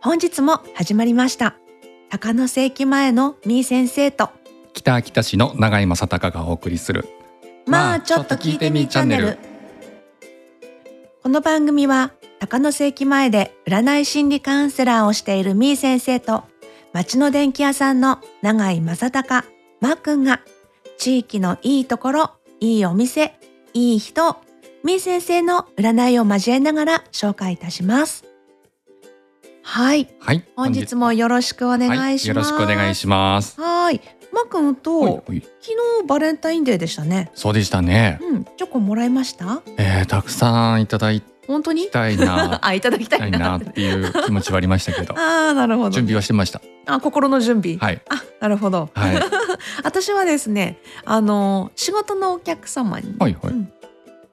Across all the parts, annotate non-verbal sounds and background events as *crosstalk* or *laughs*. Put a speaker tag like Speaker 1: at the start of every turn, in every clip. Speaker 1: 本日も始まりました高野世紀前のみー先生と
Speaker 2: 北秋田市の永井正隆がお送りする
Speaker 1: まあちょっと聞いてみーチャンネルこの番組は高野世紀前で占い心理カウンセラーをしているみー先生と町の電気屋さんの永井正隆まーくんが地域のいいところいいお店いい人をみー先生の占いを交えながら紹介いたしますはい
Speaker 2: はい
Speaker 1: 本日もよろしくお願いし
Speaker 2: は
Speaker 1: ま
Speaker 2: よろ
Speaker 1: す、
Speaker 2: しくお願いします
Speaker 1: はーいまーくん
Speaker 2: はい
Speaker 1: と
Speaker 2: はい
Speaker 1: 昨日バレンタインデーでしたね
Speaker 2: そうでしたね、
Speaker 1: うんチョコもらいました
Speaker 2: えー、たくさんいただき
Speaker 1: 本当に
Speaker 2: たい
Speaker 1: *laughs*
Speaker 2: な
Speaker 1: あいただきた
Speaker 2: た
Speaker 1: い
Speaker 2: い
Speaker 1: な
Speaker 2: な
Speaker 1: っ
Speaker 2: ってていう気持ちはありましたけ
Speaker 1: *laughs*
Speaker 2: ど
Speaker 1: ああなるほど
Speaker 2: 準備はしてました
Speaker 1: あ心の準備、
Speaker 2: はい
Speaker 1: あなるほど、
Speaker 2: はい
Speaker 1: 私はですねあの仕事のお客様に、
Speaker 2: はいは
Speaker 1: う
Speaker 2: い、
Speaker 1: ん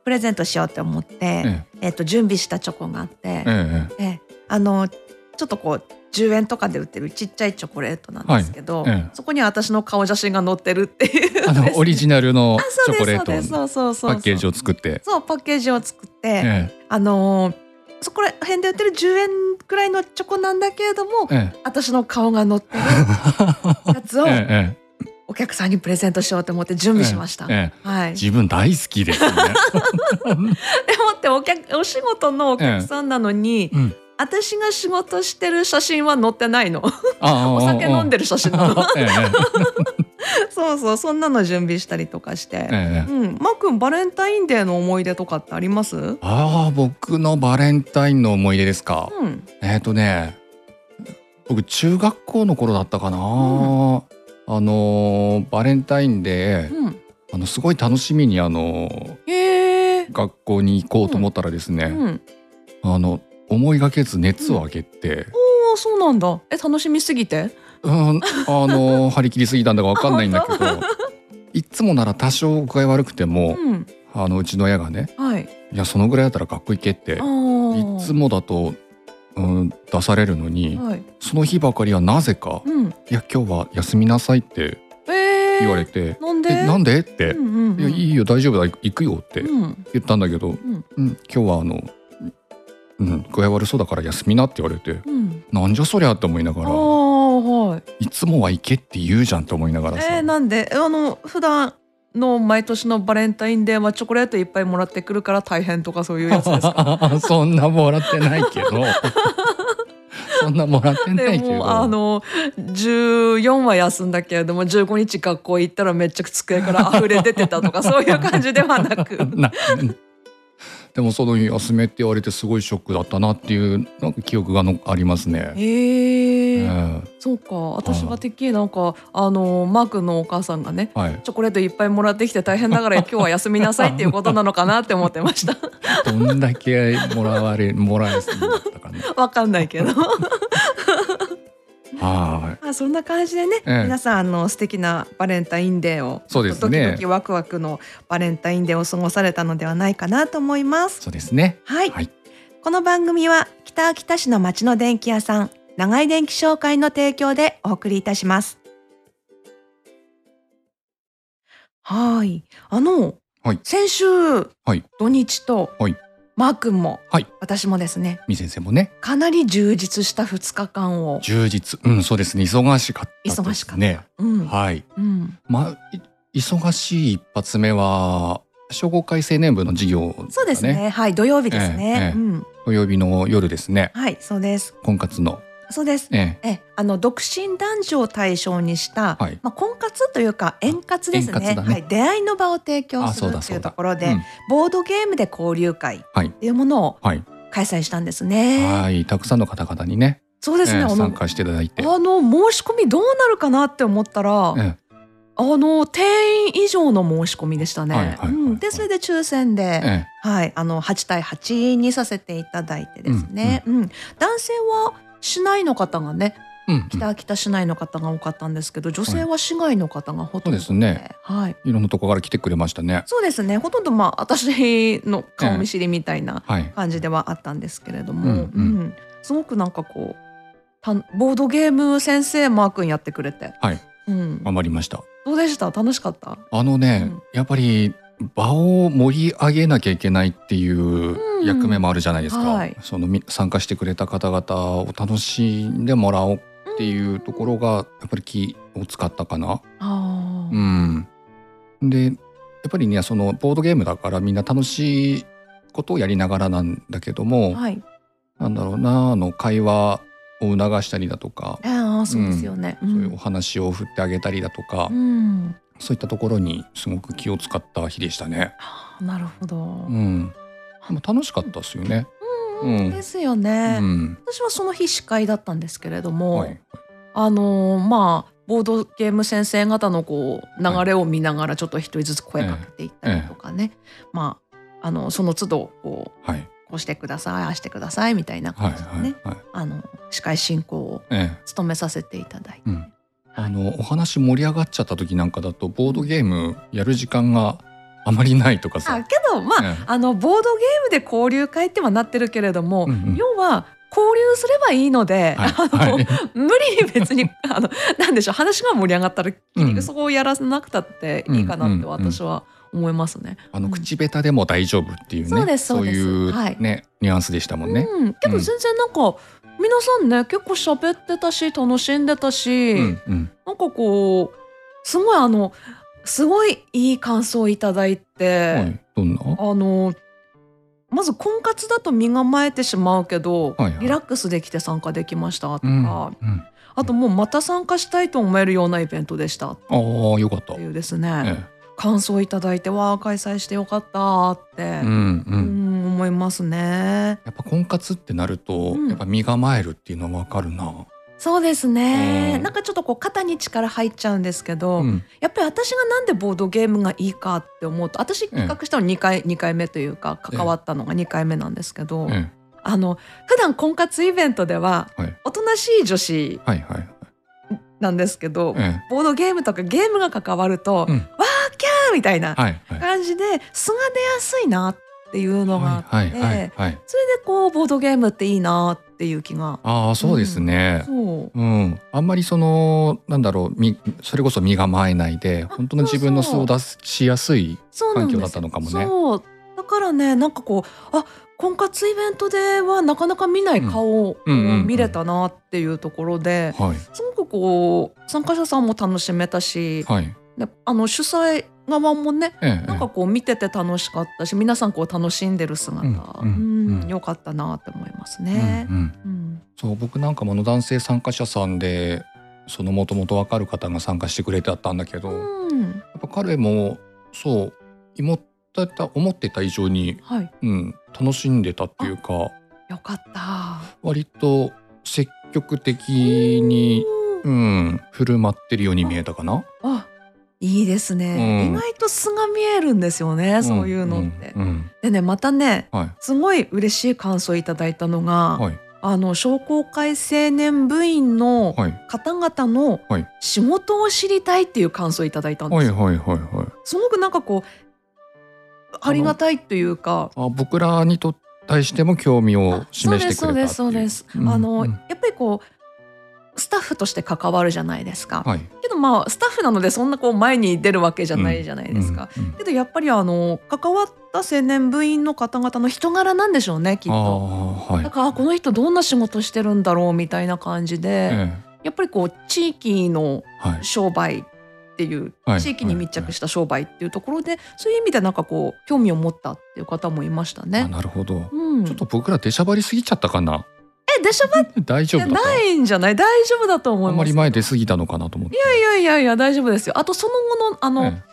Speaker 1: プレゼントしようって思って、
Speaker 2: え
Speaker 1: え
Speaker 2: え
Speaker 1: っと準備したチョコがあって、
Speaker 2: ええ
Speaker 1: ええあのちょっとこう10円とかで売ってるちっちゃいチョコレートなんですけど、
Speaker 2: はいええ
Speaker 1: そこには私の顔写真が載ってるっていう *laughs*
Speaker 2: あのオリジナルの
Speaker 1: あそ
Speaker 2: チ
Speaker 1: う
Speaker 2: ョ
Speaker 1: で
Speaker 2: コ
Speaker 1: すそう
Speaker 2: レー
Speaker 1: です
Speaker 2: トの
Speaker 1: そうそうそう
Speaker 2: パッケージを作って
Speaker 1: そうパッケージを作って、
Speaker 2: え
Speaker 1: あのーそこら辺で売ってる10円くらいのチョコなんだけれども
Speaker 2: ええ
Speaker 1: 私の顔が載ってるやつを
Speaker 2: *laughs* えええ
Speaker 1: お客さんにプレゼントしようと思って準備しました。
Speaker 2: えええ
Speaker 1: はい、 *laughs* で
Speaker 2: 自分大好きですね、
Speaker 1: *laughs* もってお客お仕事のお客さんなのに、
Speaker 2: うん、
Speaker 1: 私が仕事してる写真は載ってないの *laughs*
Speaker 2: あ
Speaker 1: お酒飲ん
Speaker 2: で
Speaker 1: でる写真なの
Speaker 2: *laughs* ええ
Speaker 1: *laughs* そうそうそんなの準備したりとかし
Speaker 2: え
Speaker 1: て、
Speaker 2: ええ
Speaker 1: *laughs*
Speaker 2: え
Speaker 1: うん、まっくんバレンタインデーの思い出とかってありますうん
Speaker 2: ああ僕のバレンタインの思い出ですか、えっ、とね僕中学校の頃だったかな、あのーバレンタインデー、
Speaker 1: うん
Speaker 2: あのすごい楽しみにあのー
Speaker 1: へえ
Speaker 2: 学校に行こうと思ったらですね、
Speaker 1: うん、
Speaker 2: あの思いがけず熱を上げて、
Speaker 1: おーそうなんだえ楽しみすぎて
Speaker 2: うんあのー張り切りすぎたんだかわかんないんだけどいつもなら多少具合悪くても、
Speaker 1: うん
Speaker 2: あのうちの親がね
Speaker 1: はい
Speaker 2: いやそのぐらいだったら学校行けってい
Speaker 1: あー
Speaker 2: つもだと、うん、出されるのに、
Speaker 1: はい
Speaker 2: その日ばかりはなぜか、
Speaker 1: うん
Speaker 2: いや今日は休みなさいって
Speaker 1: えー、
Speaker 2: 言われて、
Speaker 1: なんで
Speaker 2: えなんでって、
Speaker 1: うんうんうん、
Speaker 2: いやいいよ大丈夫だ行くよって
Speaker 1: うん
Speaker 2: 言ったんだけど、うんん今日はあの、うん、具合悪そうだから休みなって言われて
Speaker 1: うん、
Speaker 2: なんじゃそりゃって思いな
Speaker 1: あ
Speaker 2: が
Speaker 1: あ
Speaker 2: ら
Speaker 1: はい
Speaker 2: いつもは行けって言うじゃんって思いながらさ、
Speaker 1: えー、なんでえあの普段の毎年のバレンタインデーはチョコレートいっぱいもらってくるから大変とかそういうやつ
Speaker 2: *laughs*
Speaker 1: ですか
Speaker 2: *laughs* そんなもらってないけ
Speaker 1: *laughs*
Speaker 2: どそんなもらってな
Speaker 1: で
Speaker 2: いけど
Speaker 1: もあの14は休んだけれども15日学校行ったらめっちゃ机から溢れ出てたとかそういう感じではな
Speaker 2: *laughs*
Speaker 1: く
Speaker 2: *laughs* なでもその日休めって言われてすごいショックだったなっていうなんか記憶がのありますね。
Speaker 1: へえ
Speaker 2: え
Speaker 1: そうか私はてっきりなんかあのマー君のお母さんがね
Speaker 2: えはい、
Speaker 1: チョコレートいっぱいもらってきて大変だ *laughs* から今日は休みなさいっていうことなのかなって思ってました *laughs*
Speaker 2: どんだけもらわれもらえそうだったかね。
Speaker 1: わかんないけ *laughs* ど
Speaker 2: は
Speaker 1: まあそんな感じでね、
Speaker 2: ええ
Speaker 1: 皆さんあの素敵なバレンタインデーを
Speaker 2: そうですね
Speaker 1: ちょっとドキドキワクワクのバレンタインデーを過ごされたのではないかなと思いま
Speaker 2: い、
Speaker 1: す。
Speaker 2: そうですね。
Speaker 1: はい、
Speaker 2: はい
Speaker 1: この番組は北秋田市の町の電気屋さん長井電気商会の提供でお送りいたします。はい、あの、
Speaker 2: はい
Speaker 1: 先週、
Speaker 2: い
Speaker 1: 土日と、
Speaker 2: はい
Speaker 1: マー君も、
Speaker 2: はい
Speaker 1: 私もですね
Speaker 2: み先生もね、
Speaker 1: かなり充実した2日間を、
Speaker 2: 充実、うん、そうですね、忙しかったです、ね。
Speaker 1: 忙しかったうん
Speaker 2: はい、
Speaker 1: うん、
Speaker 2: まあ、い忙しい一発目は、商工会青年部の授業、ね。
Speaker 1: そうですね。。はい、土曜日ですね。
Speaker 2: ええええ
Speaker 1: うん、
Speaker 2: 土曜日の夜ですね、
Speaker 1: はい、そうです。
Speaker 2: 婚活の、
Speaker 1: そうです。
Speaker 2: え
Speaker 1: ええ、あの独身男女を対象にした、
Speaker 2: はい
Speaker 1: まあ婚活というか円活ですね。
Speaker 2: 円活だね
Speaker 1: はい、出会いの場を提供
Speaker 2: あ
Speaker 1: するっ
Speaker 2: そうだ
Speaker 1: ていう
Speaker 2: そうだ
Speaker 1: ところ
Speaker 2: え、
Speaker 1: で、
Speaker 2: うん、
Speaker 1: ボードゲームで交流会
Speaker 2: はい
Speaker 1: っていうものを
Speaker 2: はい、
Speaker 1: 開催したんですね。
Speaker 2: はい、たくさんの方々にね、
Speaker 1: そうですね。
Speaker 2: え
Speaker 1: あ
Speaker 2: え参
Speaker 1: の
Speaker 2: 加していただいて、
Speaker 1: あの申し込みどうなるかなって思ったら、
Speaker 2: え
Speaker 1: あの定員以上の申し込みでしたね。
Speaker 2: はいはいはいはい
Speaker 1: うんでそれで抽選で。
Speaker 2: え、え
Speaker 1: はい、あの8対8にさせていただいてですね、うん男性は市内の方がね
Speaker 2: え、うん、
Speaker 1: 北秋田市内の方が多かったんですけど女性は市外の方がほとんど
Speaker 2: そうですね
Speaker 1: はい、
Speaker 2: いろんなところから来てくれましたね。
Speaker 1: そうですねほとんどまあ私の顔見知りみたいな
Speaker 2: はい、
Speaker 1: 感じではあったんですけれども、
Speaker 2: うんうん
Speaker 1: うんすごくなんかこうたボードゲーム先生マー君やってくれて、
Speaker 2: はい
Speaker 1: うん、
Speaker 2: 頑張りました。
Speaker 1: どうでした楽しかった
Speaker 2: あのね、
Speaker 1: うん
Speaker 2: やっぱり場を盛り上げなきゃいけないっていううん役目もあるじゃないですか、
Speaker 1: はい
Speaker 2: そのみ参加してくれた方々を楽しんでもらおうっていうところがやっぱり気を使ったかな。
Speaker 1: あー
Speaker 2: うん、でやっぱりねそのボードゲームだからみんな楽しいことをやりながらなんだけども、
Speaker 1: はい。
Speaker 2: なんだろうなあの会話を促したりだとか、
Speaker 1: ああ、そうですよね。うん
Speaker 2: そういうお話を振ってあげたりだとか、
Speaker 1: うん。
Speaker 2: そういったところにすごく気を使った日でしたね。
Speaker 1: あーなるほど。
Speaker 2: うん、まあ楽しかったですよね。
Speaker 1: うん
Speaker 2: うん
Speaker 1: ですよ
Speaker 2: う
Speaker 1: ね、
Speaker 2: ん、
Speaker 1: 私はその日司会だったんですけれども、
Speaker 2: はい、
Speaker 1: あのーまあボードゲーム先生方のこう流れを見ながらちょっと一人ずつ声かけていったりとかね、まああのその都度こう
Speaker 2: はい、
Speaker 1: こうしてくださいああしてくださいみたいな
Speaker 2: はい、
Speaker 1: 感じでね、
Speaker 2: はい、はい、
Speaker 1: あの司会進行を
Speaker 2: ええ、
Speaker 1: 務めさせていただいて、
Speaker 2: うんあのお話盛り上がっちゃった時なんかだとボードゲームやる時間があまりないとか
Speaker 1: あ
Speaker 2: さ、
Speaker 1: けどまあ、
Speaker 2: ええ
Speaker 1: あのボードゲームで交流会ってはなってるけれども、
Speaker 2: うんうん
Speaker 1: 要は交流すればいいので、
Speaker 2: はい
Speaker 1: あの *laughs*
Speaker 2: はい
Speaker 1: 無理に別に
Speaker 2: *laughs*
Speaker 1: あのなんでしょう話が盛り上がったら、
Speaker 2: うん
Speaker 1: そこをやらなくたっていいかなって私は思いますね。
Speaker 2: あの口下手でも大丈夫っていうね、
Speaker 1: そうですそうです
Speaker 2: いう
Speaker 1: はい
Speaker 2: ね、ニュアンスでしたもんね。
Speaker 1: うん、けど全然なんか、皆さんね結構喋ってたし楽しんでたし、
Speaker 2: うん、うん、
Speaker 1: なんかこうすごいあのすごいいい感想をいただいて。
Speaker 2: はい、どんな、は
Speaker 1: あのまず婚活だと身構えてしまうけど、
Speaker 2: はいはい
Speaker 1: リラックスできて参加できましたとか、
Speaker 2: うん、うん、あ
Speaker 1: あともうまた参加したいと思えるようなイベントでしたっ
Speaker 2: あーよかった。
Speaker 1: て
Speaker 2: え
Speaker 1: いうですね、
Speaker 2: え、
Speaker 1: 感想いただいてわあ開催してよかったって、
Speaker 2: うん、う。
Speaker 1: うんん思いますね。
Speaker 2: やっぱ婚活ってなると、
Speaker 1: うん
Speaker 2: やっぱ身構えるっていうのはわかるな。
Speaker 1: そうですね、
Speaker 2: うん
Speaker 1: なんかちょっとこう肩に力入っちゃうんですけど、
Speaker 2: うん、
Speaker 1: やっぱり私がなんでボードゲームがいいかって思うと私企画したの2回、二回目というか関わったのが2回目なんですけど、
Speaker 2: ええ、
Speaker 1: あの普段婚活イベントでは
Speaker 2: はい
Speaker 1: おとなしい女子
Speaker 2: はいはい。
Speaker 1: なんですけど、
Speaker 2: ええ、
Speaker 1: ボードゲームとかゲームが関わると、
Speaker 2: う
Speaker 1: わ
Speaker 2: ん
Speaker 1: ーキャーみたいな
Speaker 2: はいはい。
Speaker 1: 感じで素が出やすいなっていうのがあって、
Speaker 2: はいはいはい。
Speaker 1: それでこうボードゲームっていいなっていう気が。
Speaker 2: ああそうですね。
Speaker 1: そう
Speaker 2: うん、あんまりそのなんだろうみそれこそ身構えないで本当の自分の素を出すしやすい
Speaker 1: そうなんです
Speaker 2: 環境だったのかもね
Speaker 1: そうだからねなんかこうあ婚活イベントではなかなか見ない顔を
Speaker 2: うんうんうんうん
Speaker 1: 見れたなっていうところで、
Speaker 2: はい
Speaker 1: すごくこう参加者さんも楽しめたし、
Speaker 2: はい
Speaker 1: であの主催側もね
Speaker 2: ええ
Speaker 1: なんかこう見てて楽しかったし皆さんこう楽しんでる姿、
Speaker 2: う
Speaker 1: うん
Speaker 2: うん
Speaker 1: ん
Speaker 2: うん
Speaker 1: 良かったなって思います
Speaker 2: ええ
Speaker 1: ね
Speaker 2: う。んうん、
Speaker 1: うん
Speaker 2: そう僕なんかもあの男性参加者さんでそのもともと分かる方が参加してくれてあったんだけど、や
Speaker 1: うん
Speaker 2: っぱ彼もそう思ってた思ってた以上に、
Speaker 1: はい
Speaker 2: うん、楽しんでたっていうか
Speaker 1: 良かった。
Speaker 2: 割と積極的に、うん、振る舞ってるように見えたかな。
Speaker 1: あいいですね、
Speaker 2: う
Speaker 1: 意
Speaker 2: ん
Speaker 1: 外と素が見えるんですよね、そういうのって。
Speaker 2: うんうん
Speaker 1: でねまたね
Speaker 2: うんはい
Speaker 1: すごい嬉しい感想いただいたのが、
Speaker 2: はい
Speaker 1: あの商工会青年部員の
Speaker 2: はい
Speaker 1: 方々の
Speaker 2: はい
Speaker 1: 仕事を知りたいっていう感想いただいたんですよ
Speaker 2: はいはいはいはい。
Speaker 1: すごくなんかこうありがたいというか
Speaker 2: あ僕らにと対しても興味を示して
Speaker 1: そう
Speaker 2: くれ
Speaker 1: で
Speaker 2: た
Speaker 1: す
Speaker 2: っ
Speaker 1: そ
Speaker 2: ていうう。
Speaker 1: ですそうです、
Speaker 2: うん
Speaker 1: あの、
Speaker 2: うん
Speaker 1: やっぱりこうスタッフとして関わるじゃないですか、
Speaker 2: はい。
Speaker 1: けどまあスタッフなのでそんなこう前に出るわけじゃないじゃないですか、
Speaker 2: うんうん
Speaker 1: けどやっぱりあの関わった青年部員の方々の人柄なんでしょうねきっと。
Speaker 2: ああはい
Speaker 1: だ。からあこの人どんな仕事してるんだろうみたいな感じで、
Speaker 2: え
Speaker 1: やっぱりこう地域の
Speaker 2: えはい
Speaker 1: 商売っていう、
Speaker 2: はい
Speaker 1: 地域に密着した商売っていうところで、そういう意味でなんかこう興味を持ったっていう方もいました
Speaker 2: あ
Speaker 1: ね。
Speaker 2: なるほど。
Speaker 1: うん、
Speaker 2: ちょっと僕ら出しゃばりすぎちゃったかな。
Speaker 1: え出しゃばっ
Speaker 2: 大丈
Speaker 1: て
Speaker 2: 夫だっ
Speaker 1: ないんじゃない大丈夫だと
Speaker 2: た。
Speaker 1: 思
Speaker 2: あ
Speaker 1: い
Speaker 2: んま
Speaker 1: ます。
Speaker 2: り前出過ぎたのかなと思って。
Speaker 1: いやいやいや大丈夫ですよ。あとその後のあの、
Speaker 2: え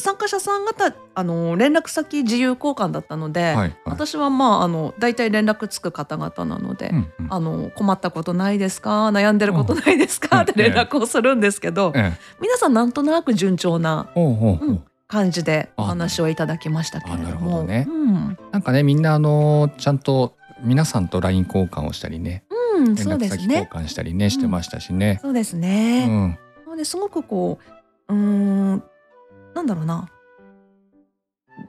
Speaker 1: 参加者さん方あの連絡先自由交換だったの
Speaker 2: え
Speaker 1: で、
Speaker 2: はいはい。
Speaker 1: 私はまああの大体連絡つく方々なので。
Speaker 2: うんうん
Speaker 1: あの困ったことないですか悩んでることないですか、
Speaker 2: うん
Speaker 1: って連絡をするんですけど、
Speaker 2: ええ
Speaker 1: 皆さんなんとなく順調な
Speaker 2: ほうほうほう
Speaker 1: うん感じで
Speaker 2: あ
Speaker 1: お話をいただきましたけれども
Speaker 2: あなるほどね
Speaker 1: うん
Speaker 2: なんかねみんなあのちゃんと皆さんと LINE 交換をしたりね
Speaker 1: うん、
Speaker 2: 連
Speaker 1: そう
Speaker 2: 絡
Speaker 1: で
Speaker 2: 先
Speaker 1: す
Speaker 2: 交
Speaker 1: ね
Speaker 2: 換したりねしてましたしね。
Speaker 1: そうです
Speaker 2: う
Speaker 1: ね、
Speaker 2: ん
Speaker 1: なのですごくこううーんなんだろうな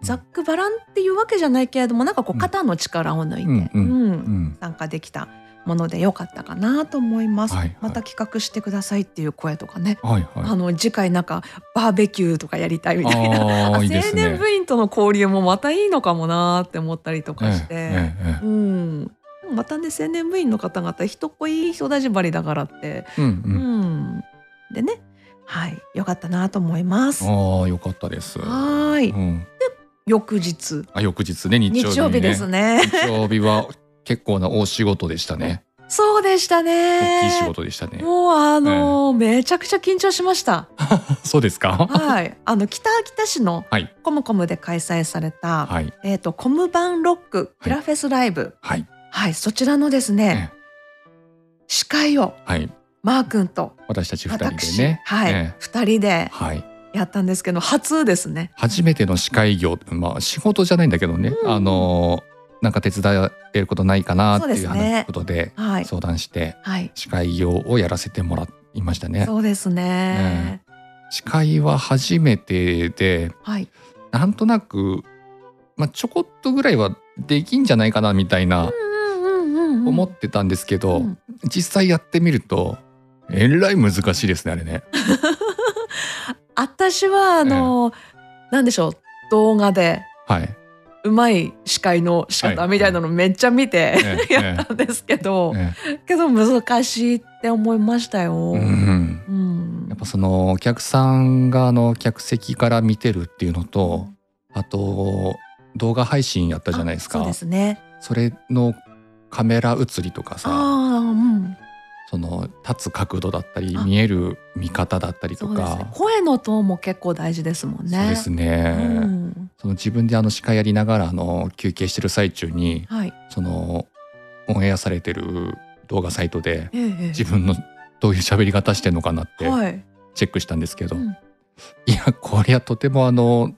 Speaker 1: ざっくばらんっていうわけじゃないけれどもなんかこ
Speaker 2: う
Speaker 1: うん肩の力を抜いて、
Speaker 2: うんうん
Speaker 1: う
Speaker 2: うんん
Speaker 1: 参加できたもので良かったかなと思います、
Speaker 2: はいはい
Speaker 1: また企画してくださいっていう声とかね、
Speaker 2: はいは
Speaker 1: あの次回なんかバーベキューとかやりたいみ
Speaker 2: い。
Speaker 1: たいな
Speaker 2: ああ、いいで
Speaker 1: 青
Speaker 2: す
Speaker 1: 年
Speaker 2: ね。
Speaker 1: 部員との交流もまたいいのかもなーって思ったりとかして、
Speaker 2: えええ
Speaker 1: うん、でもまたね青年部員の方々人っ子いい人だ縛りだからって、
Speaker 2: えうん
Speaker 1: う
Speaker 2: うん。
Speaker 1: んでねはい良かったなと思います。は
Speaker 2: ああ、よかったです。
Speaker 1: ーい、
Speaker 2: うん。
Speaker 1: 翌日
Speaker 2: あ、翌日ね、日
Speaker 1: 日
Speaker 2: 曜日、ね。
Speaker 1: 曜日です。ね。
Speaker 2: 日曜日は結構な大仕事でしたね。
Speaker 1: そうでしたね。
Speaker 2: 大きい仕事でしたね。
Speaker 1: もうあのーめちゃくちゃ緊張しました。
Speaker 2: *laughs* そうですか。
Speaker 1: はい、あの北秋田市の
Speaker 2: はい
Speaker 1: コムコムで開催された、
Speaker 2: はい
Speaker 1: えっ、とコムバンロックキラフェスライブ、
Speaker 2: はい
Speaker 1: はい、そちらのですね、司会を
Speaker 2: はい。
Speaker 1: マー君と
Speaker 2: 私たち二人
Speaker 1: 私、
Speaker 2: でね。
Speaker 1: はい、
Speaker 2: え
Speaker 1: 二人
Speaker 2: え
Speaker 1: で
Speaker 2: はい。
Speaker 1: やったんですけど、初ですね。
Speaker 2: 初めての司会業、まあ仕事じゃないんだけどね。
Speaker 1: うん
Speaker 2: あのなんか手伝えることないかなっていう
Speaker 1: そうですね
Speaker 2: 話ことで
Speaker 1: はい、
Speaker 2: 相談して
Speaker 1: はい、
Speaker 2: 司会業をやらせてもらいましたね。
Speaker 1: そうですね。
Speaker 2: 司会は初めてで
Speaker 1: はい、
Speaker 2: なんとなく、まあ、ちょこっとぐらいはできんじゃないかなみたいな
Speaker 1: うんうんうんうん
Speaker 2: 思ってたんですけど、
Speaker 1: うん
Speaker 2: 実際やってみるとえらい難しいですねあれね。
Speaker 1: 私はあのー、なんでしょう、動画で。 *laughs*
Speaker 2: はい、
Speaker 1: うまい司会の仕
Speaker 2: は
Speaker 1: 方
Speaker 2: い
Speaker 1: みたいなのめっちゃ見 *laughs* て、
Speaker 2: ええ
Speaker 1: やったんですけど、
Speaker 2: え
Speaker 1: けど難しいって思いましたよ。
Speaker 2: えうん、
Speaker 1: うん
Speaker 2: やっぱそのお客さんがあの客席から見てるっていうのとあと動画配信やったじゃないですか
Speaker 1: あそうですね。
Speaker 2: それのカメラ映りとか
Speaker 1: あ
Speaker 2: さ
Speaker 1: あ、うん。
Speaker 2: その立つ角度だったり
Speaker 1: あ
Speaker 2: 見える見方だったりと
Speaker 1: そうですね
Speaker 2: か。
Speaker 1: 声のトーンも結構大事ですもんね。
Speaker 2: そうですね、
Speaker 1: うん、
Speaker 2: その自分であの司会やりながらあの休憩してる最中に
Speaker 1: はい。
Speaker 2: そのオンエアされてる動画サイトで
Speaker 1: ええ
Speaker 2: 自分のどういう喋り方してんのかなって
Speaker 1: はい。
Speaker 2: チェックしたんですけど、
Speaker 1: うん
Speaker 2: いやこりゃとてもあの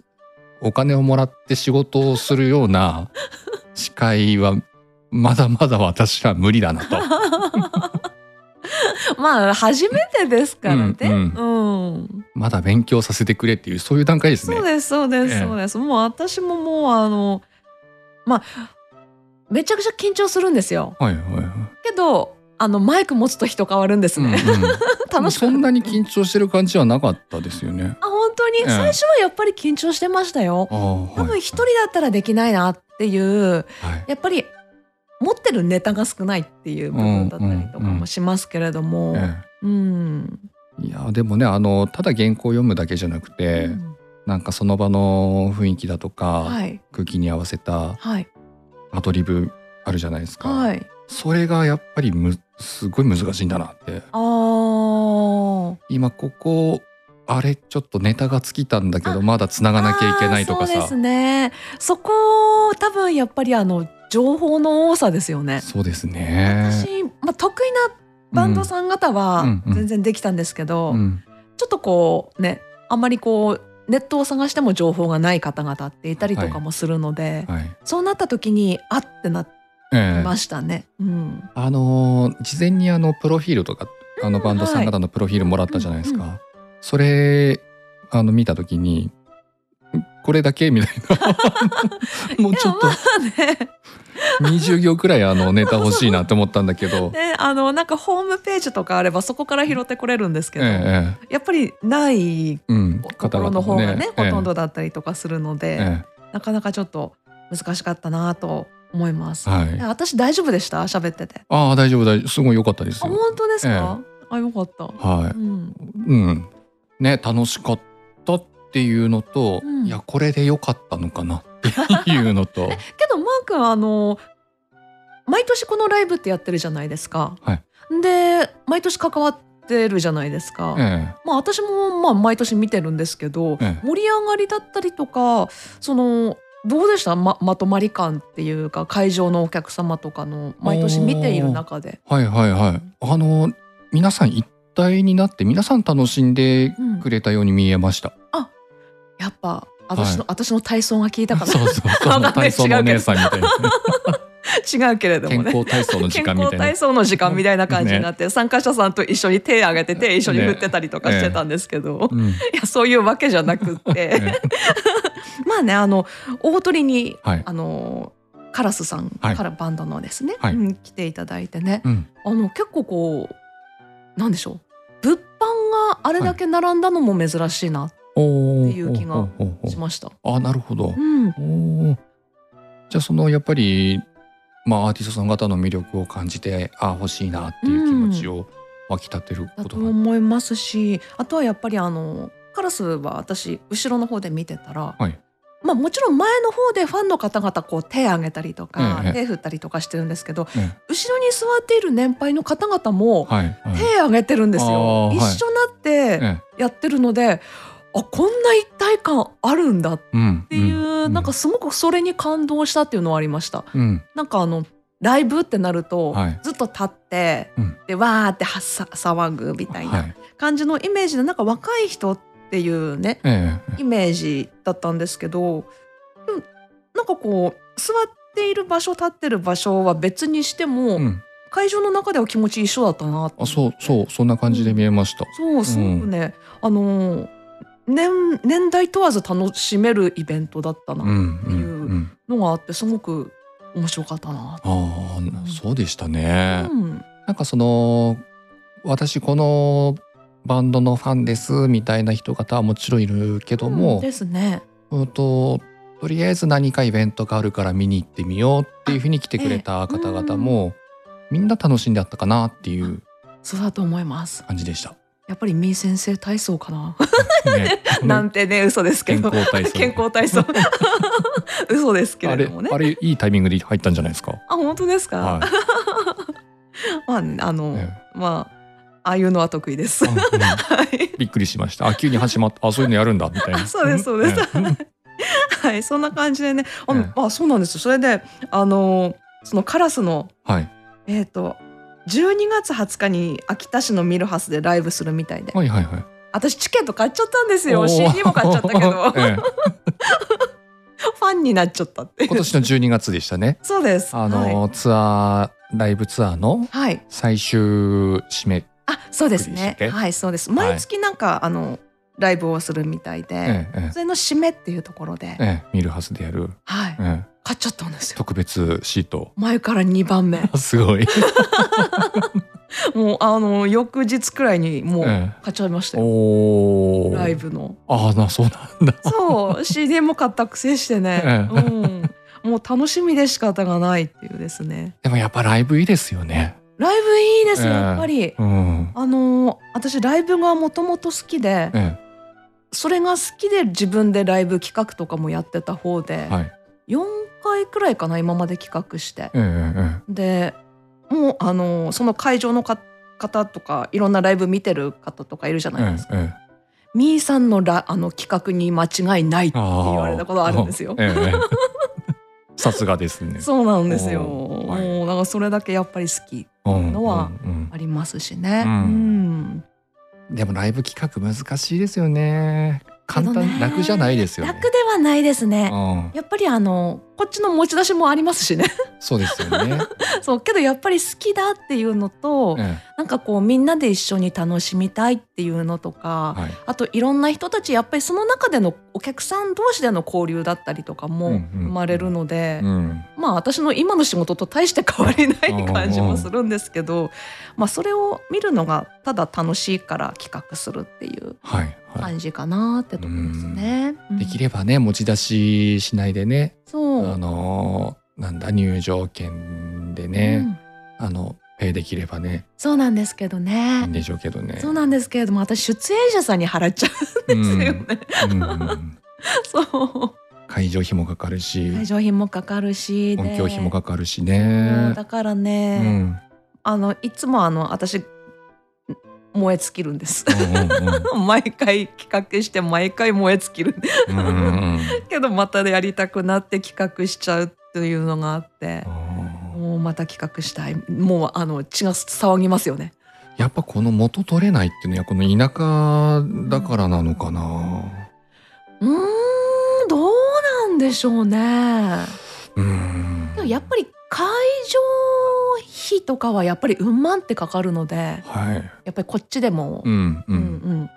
Speaker 2: お金をもらって仕事をするような司会はまだまだ私は無理だな
Speaker 1: *laughs*
Speaker 2: と。
Speaker 1: まあ初めてですからね。
Speaker 2: う
Speaker 1: うんん、
Speaker 2: まだ勉強させてくれっていうそういう段階ですね。
Speaker 1: そうですそうです、
Speaker 2: ええ
Speaker 1: そうです。もう私ももうあのまあめちゃくちゃ緊張するんですよ。
Speaker 2: はいはいはい。
Speaker 1: けどあのマイク持つと人変わるんです *laughs* ね。
Speaker 2: うんうん
Speaker 1: 楽しく
Speaker 2: そんなに緊張してる感じはなかったですよね。
Speaker 1: あ本当に、
Speaker 2: ええ
Speaker 1: 最初はやっぱり緊張してましたよ。
Speaker 2: ああはい
Speaker 1: 多分一人だったらできないなっていう
Speaker 2: はい
Speaker 1: やっぱり持ってるネタが少ないっていう部分だったりとかもしますけれども、
Speaker 2: え
Speaker 1: うん、
Speaker 2: えいやでもねあのただ原稿を読むだけじゃなくて、なんかその場の雰囲気だとか、
Speaker 1: はい
Speaker 2: 空気に合わせた
Speaker 1: はい
Speaker 2: アドリブあるじゃないですか、
Speaker 1: はい
Speaker 2: それがやっぱりむすごい難しいんだなって
Speaker 1: あー
Speaker 2: 今ここあれちょっとネタが尽きたんだけどまだ繋がなきゃいけないとか
Speaker 1: あーそう
Speaker 2: さ
Speaker 1: ですねそこ多分やっぱりあの情報の多さですよね、
Speaker 2: そうですね。
Speaker 1: 私、まあ、得意なバンドさん方は
Speaker 2: うんうん
Speaker 1: 全然できたんですけど、
Speaker 2: うんうん
Speaker 1: ちょっとこうねあんまりこうネットを探しても情報がない方々っていたりとかもするので、
Speaker 2: はい
Speaker 1: そうなった時にあってなって
Speaker 2: ええ
Speaker 1: ましたね、うん、
Speaker 2: あのー事前にあのプロフィールとかあのバンドさん方のプロフィールもらったじゃないですか、
Speaker 1: うん
Speaker 2: それあの見た時にんこれだけみたい
Speaker 1: *laughs*
Speaker 2: なもうちょっと
Speaker 1: いやまあね
Speaker 2: 20行くらいあのネタ欲しいなって思ったんだけ
Speaker 1: *laughs*
Speaker 2: ど、
Speaker 1: ね、あのなんかホームページとかあればそこから拾ってこれるんですけ
Speaker 2: え
Speaker 1: ど、
Speaker 2: ええ
Speaker 1: やっぱりない
Speaker 2: えうん、
Speaker 1: とこ
Speaker 2: 方
Speaker 1: ろ
Speaker 2: 々
Speaker 1: の方
Speaker 2: も
Speaker 1: が
Speaker 2: ね
Speaker 1: ね
Speaker 2: ええ
Speaker 1: ほとんどだったりとかするので、
Speaker 2: え
Speaker 1: なかなかちょっと難しかったなと思います、
Speaker 2: えはい、あ
Speaker 1: 私大丈夫でした喋ってて
Speaker 2: あー大丈夫大丈夫すごい良かったです
Speaker 1: あ
Speaker 2: よ。
Speaker 1: 本当ですか、あよかった、
Speaker 2: は
Speaker 1: うん、
Speaker 2: い、うんね、楽しかったっていうのと、
Speaker 1: うん
Speaker 2: いやこれで良かったのかなっていう
Speaker 1: *laughs*
Speaker 2: のと
Speaker 1: けどマー君あの毎年このライブってやってるじゃないですか、
Speaker 2: はい
Speaker 1: で毎年関わってるじゃないですか、
Speaker 2: え
Speaker 1: まあ、私もまあ毎年見てるんですけど、
Speaker 2: えええ
Speaker 1: 盛り上がりだったりとかそのどうでしたままとまり感っていうか会場のお客様とかの毎年見ている中で、
Speaker 2: はいはいはい。あの皆さん一体になって皆さん楽しんで
Speaker 1: うん
Speaker 2: くれたように見えました。
Speaker 1: やっぱ私の,、私の体操が効いたか
Speaker 2: そうそうそう。
Speaker 1: なんかね
Speaker 2: 体操のお姉さんみたいな、
Speaker 1: ら違うけれど
Speaker 2: 健
Speaker 1: もね。
Speaker 2: 康体操の
Speaker 1: 健
Speaker 2: 時間みた
Speaker 1: 康
Speaker 2: いな
Speaker 1: 体。操の時間みたいな感じになって、参加者さんと一緒に手挙げて手一緒に振ってたりとかしてたんですけど、
Speaker 2: う
Speaker 1: *laughs*
Speaker 2: ん、
Speaker 1: いやそういうわけじ
Speaker 2: *laughs*
Speaker 1: ゃなくってまあねあの大鳥に
Speaker 2: はい。
Speaker 1: あのカラスさん
Speaker 2: はい
Speaker 1: からバンドのですね、
Speaker 2: はい
Speaker 1: うん来ていただいてね、
Speaker 2: うん
Speaker 1: あの結構こうなんでしょう物販があれだけ並んだのも珍しいな
Speaker 2: おー
Speaker 1: っていう気が
Speaker 2: おーおーおー
Speaker 1: しました。
Speaker 2: あなるほど、
Speaker 1: うん、
Speaker 2: おーじゃあそのやっぱりまあアーティストさん方の魅力を感じてあ欲しいなっていう気持ちを湧き立てる
Speaker 1: だ
Speaker 2: こととなん
Speaker 1: 思いますしあとはやっぱりあのカラスは私後ろの方で見てたら、
Speaker 2: はい
Speaker 1: まあ、もちろん前の方でファンの方々こう手挙げたりとか、
Speaker 2: ええ
Speaker 1: 手振ったりとかしてるんですけど
Speaker 2: え
Speaker 1: 後ろに座っている年配の方々も
Speaker 2: はい、はい
Speaker 1: 手挙げてるんですよ。
Speaker 2: あー
Speaker 1: 一緒になって、
Speaker 2: ええ
Speaker 1: やってるのであこんな一体感あるんだっ
Speaker 2: うんって
Speaker 1: いう、なんか、すごくそれに感動したっていうのはありました。
Speaker 2: うん
Speaker 1: なんかあのライブってなると、
Speaker 2: はい
Speaker 1: ずっと立って、
Speaker 2: うん
Speaker 1: でわーってはっさ騒ぐみたい
Speaker 2: は、
Speaker 1: ない感じのイメージでなんか若い人っていうね
Speaker 2: ええ
Speaker 1: イメージだったんですけど、うん、なんかこう座っている場所立ってる場所は別にしても、
Speaker 2: うん、
Speaker 1: 会場の中では気持ち一緒だったなって
Speaker 2: あそうそうそんな感じで見えました、
Speaker 1: そうすごくね、あのー年年代問わず楽しめるイベントだった
Speaker 2: うんう
Speaker 1: なんう
Speaker 2: うん、
Speaker 1: のがあってすごく面白かったな。
Speaker 2: あ
Speaker 1: うん
Speaker 2: あそうでしたね、
Speaker 1: うん
Speaker 2: なんかその私このバンドのファンですみたいな人方はもちろんいるけど
Speaker 1: うん
Speaker 2: も、
Speaker 1: ですね。
Speaker 2: うんととりあえず何かイベントがあるから見に行ってみようっていうふうに来てくれた方々も、みんな楽しんであったかなっていう
Speaker 1: そうだと思います。
Speaker 2: 感じで
Speaker 1: *laughs*
Speaker 2: した。
Speaker 1: やっぱりみー先生体操かな。
Speaker 2: ね
Speaker 1: なんてね嘘ですけ
Speaker 2: 健
Speaker 1: ど。
Speaker 2: 康体操
Speaker 1: 健康体操。
Speaker 2: *laughs*
Speaker 1: 嘘ですけ
Speaker 2: あ
Speaker 1: れ
Speaker 2: れ
Speaker 1: どもね。
Speaker 2: あれいいタイミングで入ったんじゃないですか。
Speaker 1: あ本当ですか。
Speaker 2: は
Speaker 1: まあねあの、
Speaker 2: い、ね
Speaker 1: *laughs* まあああいうのは得意です。
Speaker 2: あ
Speaker 1: は
Speaker 2: うん
Speaker 1: い。
Speaker 2: びっくりしました。あ、急に始まった。あ、そういうのやるんだみたいな。
Speaker 1: あ *laughs* そうですそうです
Speaker 2: ね
Speaker 1: はいそんな感じでね。あ
Speaker 2: ええ
Speaker 1: まあそうなんです。それであのーそのカラスの
Speaker 2: はい、
Speaker 1: えっ、と12月20日に秋田市のミルハスでライブするみたいで
Speaker 2: はいはいはい。
Speaker 1: 私チケット買っちゃったんですよ
Speaker 2: おー
Speaker 1: CD も買っちゃったけ
Speaker 2: *laughs*
Speaker 1: どフ
Speaker 2: え
Speaker 1: ァンになっちゃったって
Speaker 2: え今年の12月でしたね。
Speaker 1: そうです
Speaker 2: あの、ツアー、ライブツアーの
Speaker 1: はい、はい、
Speaker 2: 最終締め。
Speaker 1: あそうです
Speaker 2: びっくりし
Speaker 1: ね
Speaker 2: て
Speaker 1: はいそうです
Speaker 2: い
Speaker 1: 毎月なんか、あのライブをするみたいで、
Speaker 2: えええ
Speaker 1: それの締めっていうところで、
Speaker 2: えええ見るはずでやる、
Speaker 1: はい
Speaker 2: ええ
Speaker 1: 買っちゃったんですよ
Speaker 2: 特別シート。
Speaker 1: 前から2番
Speaker 2: *laughs*
Speaker 1: 目
Speaker 2: すごい。
Speaker 1: もうあの翌日くらいにもう
Speaker 2: え
Speaker 1: 買っちゃいました
Speaker 2: え
Speaker 1: よ、
Speaker 2: おお。
Speaker 1: ライ。ブの
Speaker 2: ああ、な、そうなんだ。
Speaker 1: そう CD も買ったくせしてね、
Speaker 2: ええ
Speaker 1: うん、もう楽しみで仕方がないっていうですね
Speaker 2: でもやっぱライブいいですよね。
Speaker 1: ライブいいです
Speaker 2: ええ
Speaker 1: やっぱり、
Speaker 2: うん。
Speaker 1: あのー私ライブがもともと好きで
Speaker 2: え
Speaker 1: それが好きで自分でライブ企画とかもやってた方で、
Speaker 2: えはい。
Speaker 1: 4回くらいかな今まで企画して
Speaker 2: えええ
Speaker 1: でもうあのーその会場のか方とかいろんなライブ見てる方とかいるじゃ
Speaker 2: ええ
Speaker 1: ないですか、
Speaker 2: えええ
Speaker 1: みーさんのラあの企画に間違いないって
Speaker 2: ああ
Speaker 1: 言われたことあるんですよ
Speaker 2: ええ *laughs* ええさすがですね。
Speaker 1: そうなんですよ、
Speaker 2: おーはい
Speaker 1: もうだからそれだけやっぱり好き
Speaker 2: うん
Speaker 1: のは
Speaker 2: うんうん
Speaker 1: ありますしね、
Speaker 2: うん
Speaker 1: うん
Speaker 2: でもライブ企画難しいですよね。簡
Speaker 1: けど
Speaker 2: 単
Speaker 1: ね
Speaker 2: 楽じゃないですよね。
Speaker 1: 楽ではないですね、
Speaker 2: うん、
Speaker 1: やっぱりあのこっちの持ち出しもありますしね *laughs*
Speaker 2: そうですよね。
Speaker 1: そうけどやっぱり好きだっていうのと
Speaker 2: え
Speaker 1: なんかこうみんなで一緒に楽しみたいっていうのと
Speaker 2: え
Speaker 1: か
Speaker 2: はい。
Speaker 1: あといろんな人たちやっぱりその中でのお客さん同士での交流だったりとか
Speaker 2: うんう
Speaker 1: も
Speaker 2: ん
Speaker 1: 生まれるので、
Speaker 2: うん、
Speaker 1: まあ私の今の仕事と大して変わりな
Speaker 2: うん
Speaker 1: い感じもするんですけど、まあ、それを見るのがただ楽しいから企画するっていう
Speaker 2: はい、はい。
Speaker 1: 感じかなってとこですね。うん
Speaker 2: できればね持ち出ししないでね、
Speaker 1: そう、
Speaker 2: あのーなんだ入場券で
Speaker 1: う
Speaker 2: ね、
Speaker 1: ん
Speaker 2: あのペイできればね
Speaker 1: そうなんですけど
Speaker 2: い
Speaker 1: ね
Speaker 2: いん。でしょうけどね。
Speaker 1: そうなんですけれども私出演者さんに払っちゃ
Speaker 2: う
Speaker 1: うん
Speaker 2: ん
Speaker 1: ですよね、
Speaker 2: うんうん
Speaker 1: *laughs* そう
Speaker 2: 会場費もかかるし、
Speaker 1: 会場費もかかるしで
Speaker 2: 音響費もかかるし
Speaker 1: もう
Speaker 2: ね。
Speaker 1: だから
Speaker 2: う
Speaker 1: ね、
Speaker 2: ん、うん
Speaker 1: あのいつもあの私燃え尽きるんです
Speaker 2: う
Speaker 1: *laughs*
Speaker 2: ん
Speaker 1: 毎回企画して毎回燃え尽きる
Speaker 2: うんうんうんうん
Speaker 1: けどまたやりたくなって企画しちゃうっていうのがあってもうまた企画したいもうあの血が騒ぎますよね
Speaker 2: やっぱこの元取れないっていうのはこの田舎だからなのかな。
Speaker 1: うーんどうなんでしょうね
Speaker 2: うん。
Speaker 1: でもやっぱり会場費とかはやっぱりうん万ってかかるので
Speaker 2: はい。
Speaker 1: やっぱりこっちでも、
Speaker 2: うんう
Speaker 1: うん
Speaker 2: ん。
Speaker 1: うん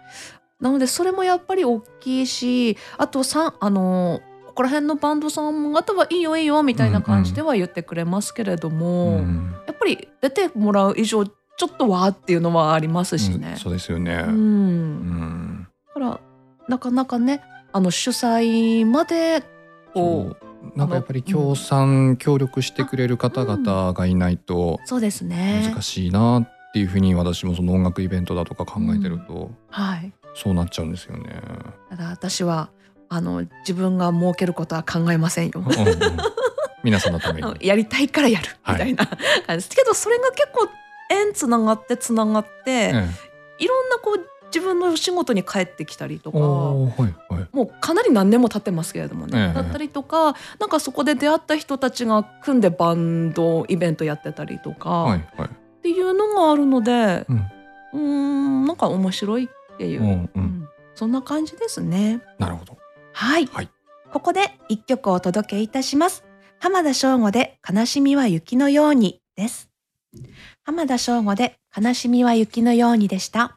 Speaker 1: なのでそれもやっぱり大きいしあとさんあのこら辺のバンドさん方はいいよいいよみたいな感じでは言ってくれますけれど
Speaker 2: う
Speaker 1: も、
Speaker 2: ん
Speaker 1: やっぱり出てもらう以上ちょっとわーっていうのはありますし
Speaker 2: う
Speaker 1: ね
Speaker 2: ん。そうですよね。
Speaker 1: うん
Speaker 2: うん
Speaker 1: だからなかなかねあの主催までこう
Speaker 2: そうなんかやっぱり協賛協力してくれる方々がいないと
Speaker 1: そうですね
Speaker 2: 難。しいなっていうふうに私もその音楽イベントだとか考えてると
Speaker 1: はい。
Speaker 2: そうなっちゃうんですよね。
Speaker 1: ただ私はあの自分が儲けることは考えませんよ。
Speaker 2: うんうん
Speaker 1: *laughs*
Speaker 2: 皆さんのために
Speaker 1: あの。 *laughs* やりたいからやる
Speaker 2: はい
Speaker 1: みたいな感じ、けどそれが結構縁つながってつながって、
Speaker 2: え
Speaker 1: いろんなこう自分の仕事に帰ってきたりと
Speaker 2: え
Speaker 1: か。
Speaker 2: おーはいはい。
Speaker 1: もうかなり何年も経ってますけれどもね、
Speaker 2: ええ
Speaker 1: だったりとかなんかそこで出会った人たちが組んでバンドイベントやってたりとか、
Speaker 2: はいはい。
Speaker 1: っていうのがあるので
Speaker 2: うん
Speaker 1: うーんなんか面白いっていうう、
Speaker 2: んう。
Speaker 1: うんんそんな感じですね。
Speaker 2: なるほど。
Speaker 1: はい、
Speaker 2: はい
Speaker 1: ここで一曲お届けいたします浜田省吾で悲しみは雪のようにです浜田省吾で悲しみは雪のようにでした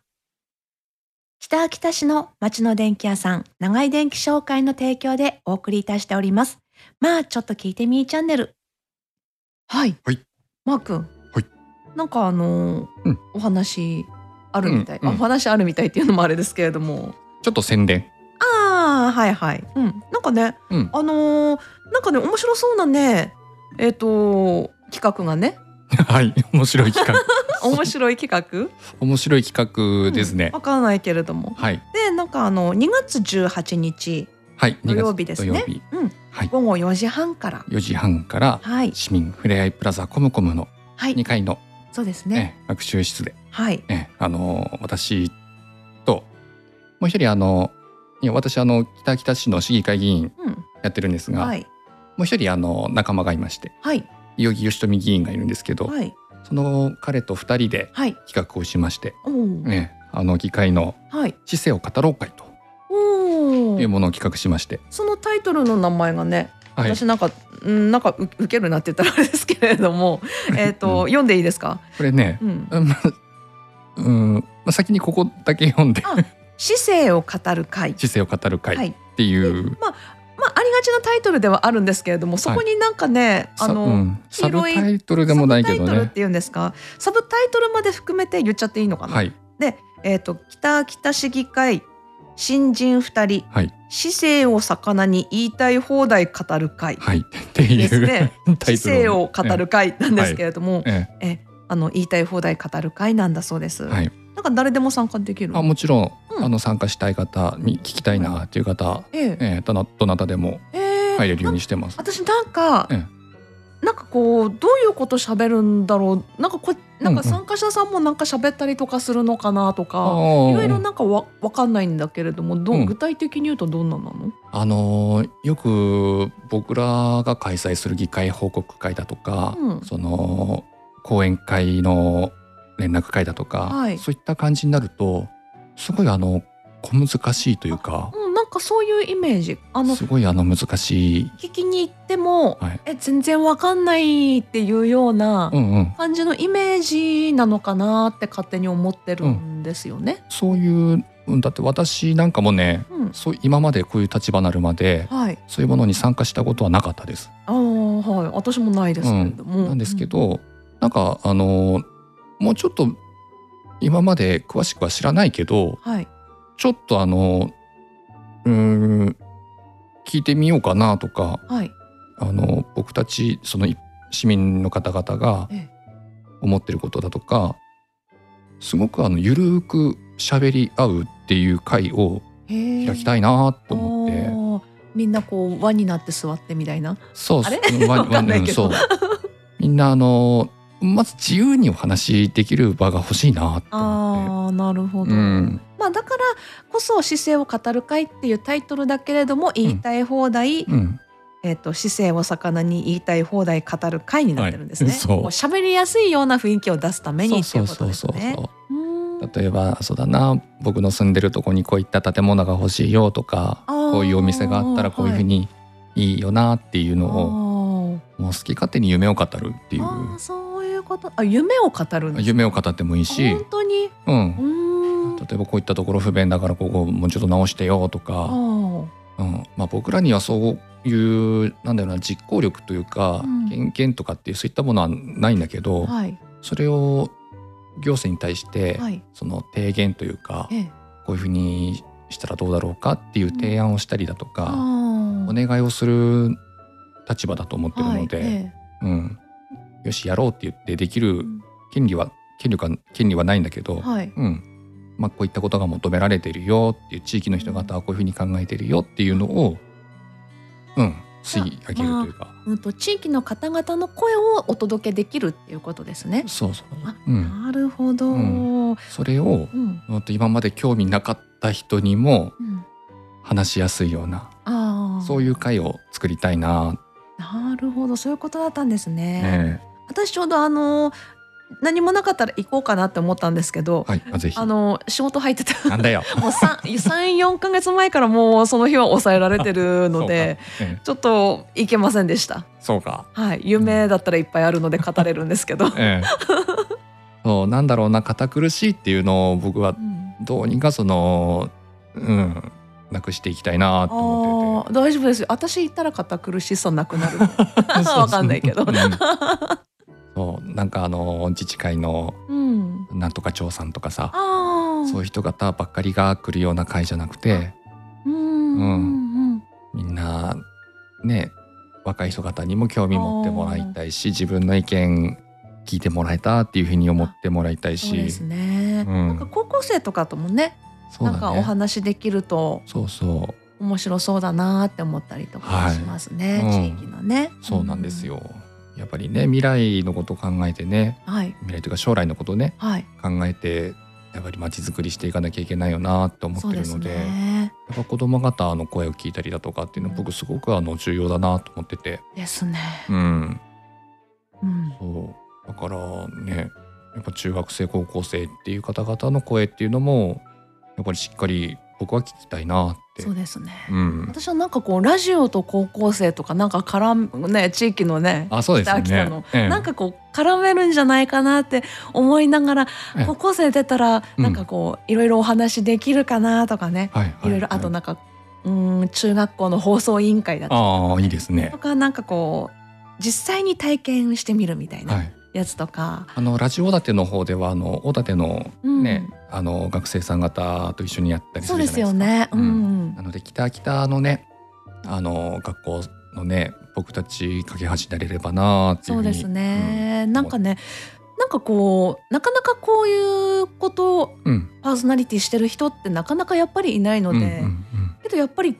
Speaker 1: 北秋田市の町の電気屋さん長井電気商会の提供でお送りいたしておりますまあちょっと聞いてみーチャンネルはい、
Speaker 2: はい
Speaker 1: マー君
Speaker 2: はい
Speaker 1: なんかあのー
Speaker 2: うん
Speaker 1: お話あるみたい、
Speaker 2: うんうん
Speaker 1: あお話あるみたいっていうのもあれですけれども
Speaker 2: ちょっと宣伝。
Speaker 1: ああはいはい、うん、なんかね、
Speaker 2: うん
Speaker 1: あのーなんかね面白そうなねえっ、と企画がね
Speaker 2: *laughs* はい。面白い
Speaker 1: *laughs*
Speaker 2: 企画。
Speaker 1: 面白い企
Speaker 2: 面白い企画
Speaker 1: 画
Speaker 2: ですね
Speaker 1: うん。わからないけれども
Speaker 2: はい
Speaker 1: でなんかあの2月18日
Speaker 2: はい。
Speaker 1: 土曜
Speaker 2: 2
Speaker 1: 日
Speaker 2: 月
Speaker 1: です
Speaker 2: 土曜
Speaker 1: ね
Speaker 2: 日
Speaker 1: うん
Speaker 2: はい
Speaker 1: 午後4時半から
Speaker 2: 4時半から
Speaker 1: はい
Speaker 2: 市民ふれあいプラザコムコムの
Speaker 1: はい
Speaker 2: 2階の
Speaker 1: そうですね
Speaker 2: ね学習室で
Speaker 1: はい
Speaker 2: ねあの私ともう一人あのいや私あの北秋田市の市議会議員
Speaker 1: うん
Speaker 2: やってるんですが、
Speaker 1: はい
Speaker 2: もう一人あの仲間がいまして
Speaker 1: はい
Speaker 2: 伊予木義富議員がいるんですけど、
Speaker 1: はい
Speaker 2: その彼と二人で
Speaker 1: はい
Speaker 2: 企画をしまして、
Speaker 1: おー
Speaker 2: ね、あの議会の
Speaker 1: はい
Speaker 2: 市政を語ろう
Speaker 1: お
Speaker 2: 会という
Speaker 1: ー
Speaker 2: ものを企画しまして、
Speaker 1: そのタイトルの名前がね
Speaker 2: はい、
Speaker 1: 私なんか、うん、なんかう受けるなって言ったらあれですけれどもえっと、
Speaker 2: *laughs* うん
Speaker 1: 読んでいいですか、
Speaker 2: これね、
Speaker 1: うん、
Speaker 2: うんまうんまあ、先にここだけ読んで
Speaker 1: あ市政を語る会
Speaker 2: 市政を語る
Speaker 1: は
Speaker 2: 会っ
Speaker 1: い
Speaker 2: ていう、
Speaker 1: まあありがちなタイトルではあるんですけれどもそこになんかね、
Speaker 2: さ
Speaker 1: あの、
Speaker 2: うん、サブ
Speaker 1: 広い
Speaker 2: タイトルでもないけ
Speaker 1: サ
Speaker 2: ど
Speaker 1: ブタイトルっ
Speaker 2: ね。
Speaker 1: ていうんですかサブタイトルまで含めて言っちゃっていいのかな、
Speaker 2: はい、
Speaker 1: えっ、と北秋田市議会新人二人、
Speaker 2: はい
Speaker 1: 市政を魚に言いたい放題語る会
Speaker 2: はい、ってい
Speaker 1: です
Speaker 2: う、
Speaker 1: ね
Speaker 2: *laughs* タ
Speaker 1: 市
Speaker 2: イトル
Speaker 1: 政
Speaker 2: を
Speaker 1: を語る会なんですけれども、
Speaker 2: ええ
Speaker 1: あの言いたい放題語る会なんだそうです、
Speaker 2: はい
Speaker 1: なんか誰でも参加できる
Speaker 2: あもちろん、
Speaker 1: うん
Speaker 2: あの参加したい方に聞きたいなっていう方、
Speaker 1: ええ
Speaker 2: ええどなどなたでも
Speaker 1: ええ
Speaker 2: 入れるようにしてます。
Speaker 1: 私なんか、
Speaker 2: え
Speaker 1: なんかこうどういうこと喋るんだろうなんかこうなんか
Speaker 2: うんうん
Speaker 1: 参加者さんもなんか喋ったりとかするのかなと
Speaker 2: あ
Speaker 1: か、
Speaker 2: ー
Speaker 1: いろいろなんかわわかんないんだけれどもどう、
Speaker 2: うん
Speaker 1: 具体的に言うとどんななの？
Speaker 2: あのーよく僕らが開催する議会報告会だとか、
Speaker 1: うん
Speaker 2: その講演会の連絡会だとか、
Speaker 1: はい
Speaker 2: そういった感じになるとすごいあの小難しいというか
Speaker 1: うんなんかそういうイメージあの
Speaker 2: すごいあの難しい、
Speaker 1: 聞きに行っても、
Speaker 2: はい
Speaker 1: え全然わかんないっていうような
Speaker 2: うんうん、
Speaker 1: 感じのイメージなのかなって勝手に思ってるんですよね。
Speaker 2: そういううんだって私なんかもね
Speaker 1: うん、
Speaker 2: そう今までこういう立場になるまで
Speaker 1: はい。
Speaker 2: そういうものに参加したことはなかったです。
Speaker 1: ああはい。私もないですけれども。
Speaker 2: なんですけど、なんかあのもうちょっと今まで詳しくは知らないけど
Speaker 1: うん、はい。
Speaker 2: ちょっとあのうーん聞いてみようかなとか
Speaker 1: はい。
Speaker 2: あの僕たちそのい市民の方々が
Speaker 1: え
Speaker 2: 思ってることだとかすごくあのゆるーく喋り合うっていう会を
Speaker 1: 開
Speaker 2: 開きたいなと思って。
Speaker 1: 思ってみんなこう輪になって座ってみたいな
Speaker 2: そう
Speaker 1: あれ
Speaker 2: うんわ
Speaker 1: わかんないけど
Speaker 2: うんそうみんなあのまず自由にお話しできる場が欲しいなと思っ
Speaker 1: あーなるほ
Speaker 2: て。
Speaker 1: ど、
Speaker 2: うん、
Speaker 1: まあだからこそ「姿勢を語る会」っていうタイトルだけれども言いたい放題、
Speaker 2: うん、
Speaker 1: えー、と姿勢を魚に言いたい放題語る会になってるんですね、
Speaker 2: はいそう
Speaker 1: も喋りやすいような雰囲気を出すため
Speaker 2: そ
Speaker 1: にっ
Speaker 2: う
Speaker 1: て
Speaker 2: そ
Speaker 1: いう
Speaker 2: う
Speaker 1: こと
Speaker 2: そう
Speaker 1: です
Speaker 2: そう
Speaker 1: ね。うーん
Speaker 2: 例えばそうだな僕の住んでるとこにこういった建物が欲しいよとか
Speaker 1: あー
Speaker 2: こういうお店があったらこういうふうにいいよなっていうのを、もう好き勝手に夢を語るってい
Speaker 1: あー
Speaker 2: う
Speaker 1: あーそういうことあ夢を語るんです
Speaker 2: 夢を語ってもいいし、
Speaker 1: 本当に
Speaker 2: うん、
Speaker 1: うーん
Speaker 2: 例えばこういったところ不便だからここもうちょっと直してよと
Speaker 1: あ
Speaker 2: か
Speaker 1: ー
Speaker 2: うんまあ、僕らにはそういうなんだろうな実行力というか、
Speaker 1: うん
Speaker 2: 権限とかっていうそういったものはないんだけど、
Speaker 1: はい
Speaker 2: それを行政に対して、
Speaker 1: はい
Speaker 2: その提言というか
Speaker 1: ええ
Speaker 2: こういうふうにしたらどうだろうかっていう提案をしたりだと
Speaker 1: あ
Speaker 2: か、
Speaker 1: ー
Speaker 2: お願いをする立場だと思ってる
Speaker 1: はい
Speaker 2: ので、
Speaker 1: え
Speaker 2: うん、よしやろうって言ってでき
Speaker 1: えう
Speaker 2: る
Speaker 1: ん
Speaker 2: 権利は権利は権利はないんだけど、
Speaker 1: はい
Speaker 2: うんまあ、こういったことが求められてるよっていう地域の人方はこういうふうに考えてるよっていうのを、うん、吸い上げるというか、
Speaker 1: うんと地域の方々の声をお届けできるっていうことですね。
Speaker 2: そうそう
Speaker 1: あ、
Speaker 2: うん、
Speaker 1: なるほど。う。
Speaker 2: うんそれを
Speaker 1: うん。
Speaker 2: うんと今まで興味なかった人にも話しやすいような
Speaker 1: ああ。
Speaker 2: そういう会を作りたいな、
Speaker 1: なるほど、そういうことだったんですね。
Speaker 2: ね
Speaker 1: 私ちょうどあの何もなかったら行こうかなって思ったんですけど、
Speaker 2: はい、あぜひ
Speaker 1: あの仕事入ってた。
Speaker 2: なんだよ
Speaker 1: *laughs* もう三三四ヶ月前からもうその日は抑えられてるので、
Speaker 2: そうか,、え
Speaker 1: ちょっと行けませんでした。
Speaker 2: えそうか
Speaker 1: はい、夢だったらいっぱいあるので語れるんですけど。
Speaker 2: *laughs* ええそうなんだろうな堅苦しいっていうのを僕は
Speaker 1: うん
Speaker 2: どうにかそのうんなくしていきたいなと思
Speaker 1: あ
Speaker 2: っ
Speaker 1: あ大丈夫ですよ私行ったら堅苦しさなく
Speaker 2: *laughs*
Speaker 1: なる *laughs*
Speaker 2: てて
Speaker 1: わかんないけど
Speaker 2: うんそうなんかあの自治会の
Speaker 1: うん
Speaker 2: なんとか長さんとかさ
Speaker 1: ああ
Speaker 2: そういう人方ばっかりが来るような会じゃなくて
Speaker 1: うんうんうん
Speaker 2: みんなね若い人方にも興味持ってもらいたいし自分の意見聞いてもらえたっていうふうに思ってもらいたいし
Speaker 1: そうですね、
Speaker 2: うん
Speaker 1: なんか高校生とかともね
Speaker 2: そう
Speaker 1: なん
Speaker 2: だ
Speaker 1: か
Speaker 2: ね
Speaker 1: お話できると
Speaker 2: そうそう
Speaker 1: 面白そうだなって思ったりとか
Speaker 2: はい
Speaker 1: しますね、
Speaker 2: うん
Speaker 1: 地域のね、
Speaker 2: そうなんですよ。やっぱりね未来のことを考えてね
Speaker 1: うんはい
Speaker 2: 未来というか将来のことをね
Speaker 1: はい
Speaker 2: 考えてやっぱり街づくりしていかなきゃいけないよなと思
Speaker 1: そ
Speaker 2: っ
Speaker 1: う
Speaker 2: て
Speaker 1: で
Speaker 2: る
Speaker 1: す
Speaker 2: ので
Speaker 1: ね
Speaker 2: やっぱ子供方の声を聞いたりだとかっていうのは
Speaker 1: うん
Speaker 2: 僕すごくあの重要だなと思ってて、
Speaker 1: ですね、
Speaker 2: うん、
Speaker 1: うん、
Speaker 2: そうだからねやっぱ中学生高校生っていう方々の声っていうのもやっぱりしっかり僕は聞きたいなって
Speaker 1: そうですね、
Speaker 2: うん、
Speaker 1: 私はなんかこうラジオと高校生とかなんか絡むね地域のね
Speaker 2: あそうですよ
Speaker 1: 秋田
Speaker 2: ね
Speaker 1: の。
Speaker 2: ええ
Speaker 1: なんかこう絡めるんじゃないかなって思いながら
Speaker 2: ええ
Speaker 1: 高校生出たら
Speaker 2: うん
Speaker 1: なんかこういろいろお話できるかなとかね
Speaker 2: はいはい
Speaker 1: ろいろあと
Speaker 2: な
Speaker 1: なんかうん中学校の放送委員会だった
Speaker 2: ああいいですね
Speaker 1: と。かなんかこう実際に体験してみるみたい
Speaker 2: は
Speaker 1: ないやつとか、
Speaker 2: あのラジオ大館の方ではあの大館の
Speaker 1: うん
Speaker 2: ね、あの学生さん方と一緒にやったりす
Speaker 1: そう
Speaker 2: る
Speaker 1: で
Speaker 2: じゃ
Speaker 1: す
Speaker 2: ないですか。
Speaker 1: よね。う
Speaker 2: うん
Speaker 1: ん
Speaker 2: なので北北のねあの学校のね僕たち架け橋になれればなっていう
Speaker 1: そ
Speaker 2: ふ
Speaker 1: う
Speaker 2: うに
Speaker 1: ですね、なんかねなんかこうなかなかこういうことを
Speaker 2: うん、うん
Speaker 1: パーソナリティしてる人ってなかなかやっぱりいないの
Speaker 2: うん
Speaker 1: で。
Speaker 2: うんうん
Speaker 1: けどやっぱり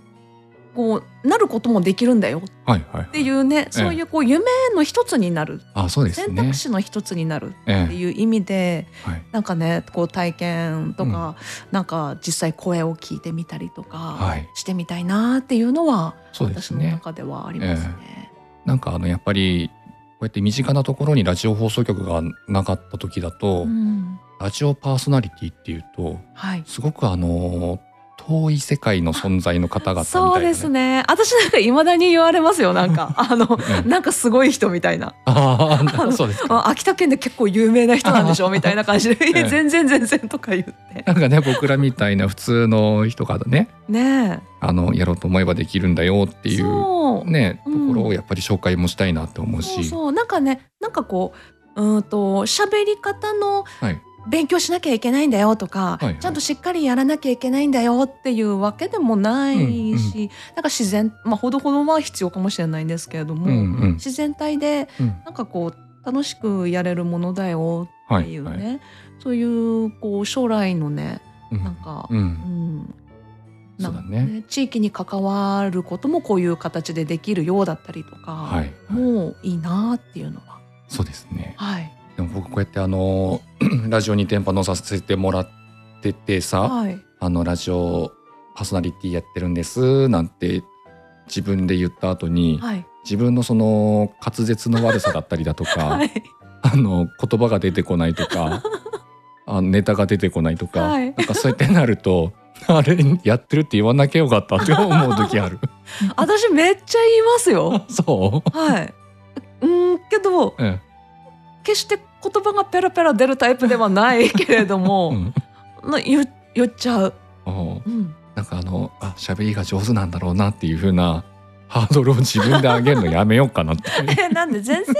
Speaker 1: こうなることもできるんだよっ
Speaker 2: はいはい、はい、
Speaker 1: ていうね、そういうこう夢の一つになる、
Speaker 2: あそうです
Speaker 1: 選
Speaker 2: ね
Speaker 1: 択。肢の一つになるって
Speaker 2: ええ
Speaker 1: いう意味で
Speaker 2: はい
Speaker 1: なんかねこう体験とか、なんか実際声を聞いてみたりとか、
Speaker 2: はい
Speaker 1: してみたいなっていうのは
Speaker 2: そうで
Speaker 1: 私
Speaker 2: す
Speaker 1: の
Speaker 2: ね。
Speaker 1: 中ではありますね。
Speaker 2: なんかあのやっぱりこうやって身近なところにラジオ放送局がなかった時だと、
Speaker 1: うん
Speaker 2: ラジオパーソナリティっていうと
Speaker 1: はい
Speaker 2: すごくあの遠い世界の存在の方々みたいな、ね。
Speaker 1: そうですね私なんかいまだに言われますよなん
Speaker 2: *laughs*
Speaker 1: かあの
Speaker 2: ええ
Speaker 1: なんかすごい人みたいな
Speaker 2: あ
Speaker 1: あ
Speaker 2: あ、
Speaker 1: の
Speaker 2: そうですか。
Speaker 1: あ秋田県で結構有名な人なんでしょみたいな感じでい
Speaker 2: *laughs* ええ
Speaker 1: や全然全然とか言って
Speaker 2: なんかね、僕らみたいな普通の人がね、
Speaker 1: ね
Speaker 2: あのやろうと思えばできるんだよっ
Speaker 1: え
Speaker 2: ていう
Speaker 1: そう
Speaker 2: ね、と
Speaker 1: うん
Speaker 2: ころをやっぱり紹介もしたいなって思う
Speaker 1: そう
Speaker 2: し、
Speaker 1: そうなんかねなんかこううーんと喋り方の
Speaker 2: はい
Speaker 1: 勉強しなきゃいけないんだよとか、
Speaker 2: いはい
Speaker 1: ちゃんとしっかりやらなきゃいけないんだよっていうわけでもないし、なんか自然まあほどほどは必要かもしれないんですけれども、
Speaker 2: うんうん
Speaker 1: 自然体で
Speaker 2: うん、
Speaker 1: なんかこう楽しくやれるものだよ
Speaker 2: は
Speaker 1: ってい
Speaker 2: い、
Speaker 1: うね、
Speaker 2: はい、
Speaker 1: そういうこう将来のね
Speaker 2: うん
Speaker 1: なんか
Speaker 2: う、
Speaker 1: うんん
Speaker 2: そ
Speaker 1: な
Speaker 2: うんだ
Speaker 1: か
Speaker 2: ね。
Speaker 1: ね地域に関わることもこういう形でできるようだったりとか、
Speaker 2: はい、はい
Speaker 1: もういいなっていうのは
Speaker 2: そうですね。
Speaker 1: はい
Speaker 2: でも僕こうやってあの *clears throat* ラジオに電波のさせてもらっててさ、
Speaker 1: はい
Speaker 2: あのラジオパーソナリティやってるんですなんて自分で言った後に、
Speaker 1: はい
Speaker 2: 自分のその滑舌の悪さだったりだと
Speaker 1: *laughs*
Speaker 2: か。
Speaker 1: はい
Speaker 2: あの言葉が出てこないと *laughs* かあのネタが出てこないとか、
Speaker 1: はい
Speaker 2: なんかそうやってなるとあれやってるって言わなきゃよかったって思う時 *laughs* ある
Speaker 1: 私めっちゃ言います
Speaker 2: *laughs*
Speaker 1: よ
Speaker 2: そ
Speaker 1: はいうーんけど
Speaker 2: う、うん
Speaker 1: 決して言葉がペラペラ出るタイプではないけれど
Speaker 2: *laughs* う
Speaker 1: も、
Speaker 2: ん
Speaker 1: な言言っちゃう、
Speaker 2: おう
Speaker 1: うん、 *laughs*
Speaker 2: なんかあのあ喋りが上手なんだろうなっていう風なハードルを自分で上げるのやめようかなって *laughs*
Speaker 1: えなんで全然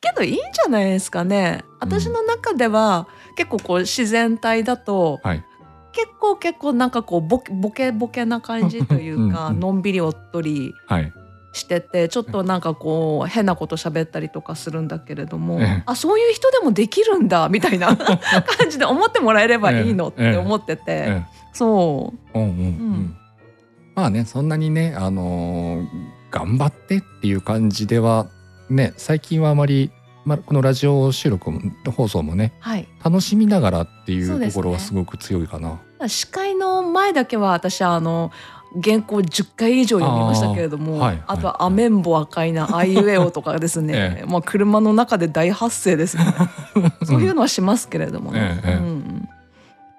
Speaker 1: けどいいんじゃないですかね私の中では、結構こう自然体だと、
Speaker 2: はい
Speaker 1: 結構結構なんかこうボケボケボケな感じというか
Speaker 2: うんうん
Speaker 1: のんびりおっとり
Speaker 2: はい
Speaker 1: しててちょっとなんかこう変なこと喋ったりとかするんだけれども、
Speaker 2: ええ
Speaker 1: あそういう人でもできるんだみたいな *laughs* 感じで思ってもらえればいいのっ
Speaker 2: ええ
Speaker 1: て思ってて、
Speaker 2: え
Speaker 1: そ
Speaker 2: えうんうんう
Speaker 1: うん
Speaker 2: んまあねそんなにねあのー頑張ってっていう感じではね最近はあまりまあこのラジオ収録も放送もね
Speaker 1: うはい
Speaker 2: 楽しみながらってい
Speaker 1: そう
Speaker 2: う
Speaker 1: で
Speaker 2: と
Speaker 1: すね
Speaker 2: ころはすごく強いかな。
Speaker 1: 司会の前だけは私あの原稿10回以上読みましたけれどもあ,、
Speaker 2: あーはい
Speaker 1: と
Speaker 2: は
Speaker 1: はい「アメンボ赤いな」「アイウェオ」とかですね、
Speaker 2: *laughs* え
Speaker 1: まあ、車の中で大発生ですね
Speaker 2: *laughs*
Speaker 1: そういうのはしますけれどもね、
Speaker 2: ええええ
Speaker 1: うん、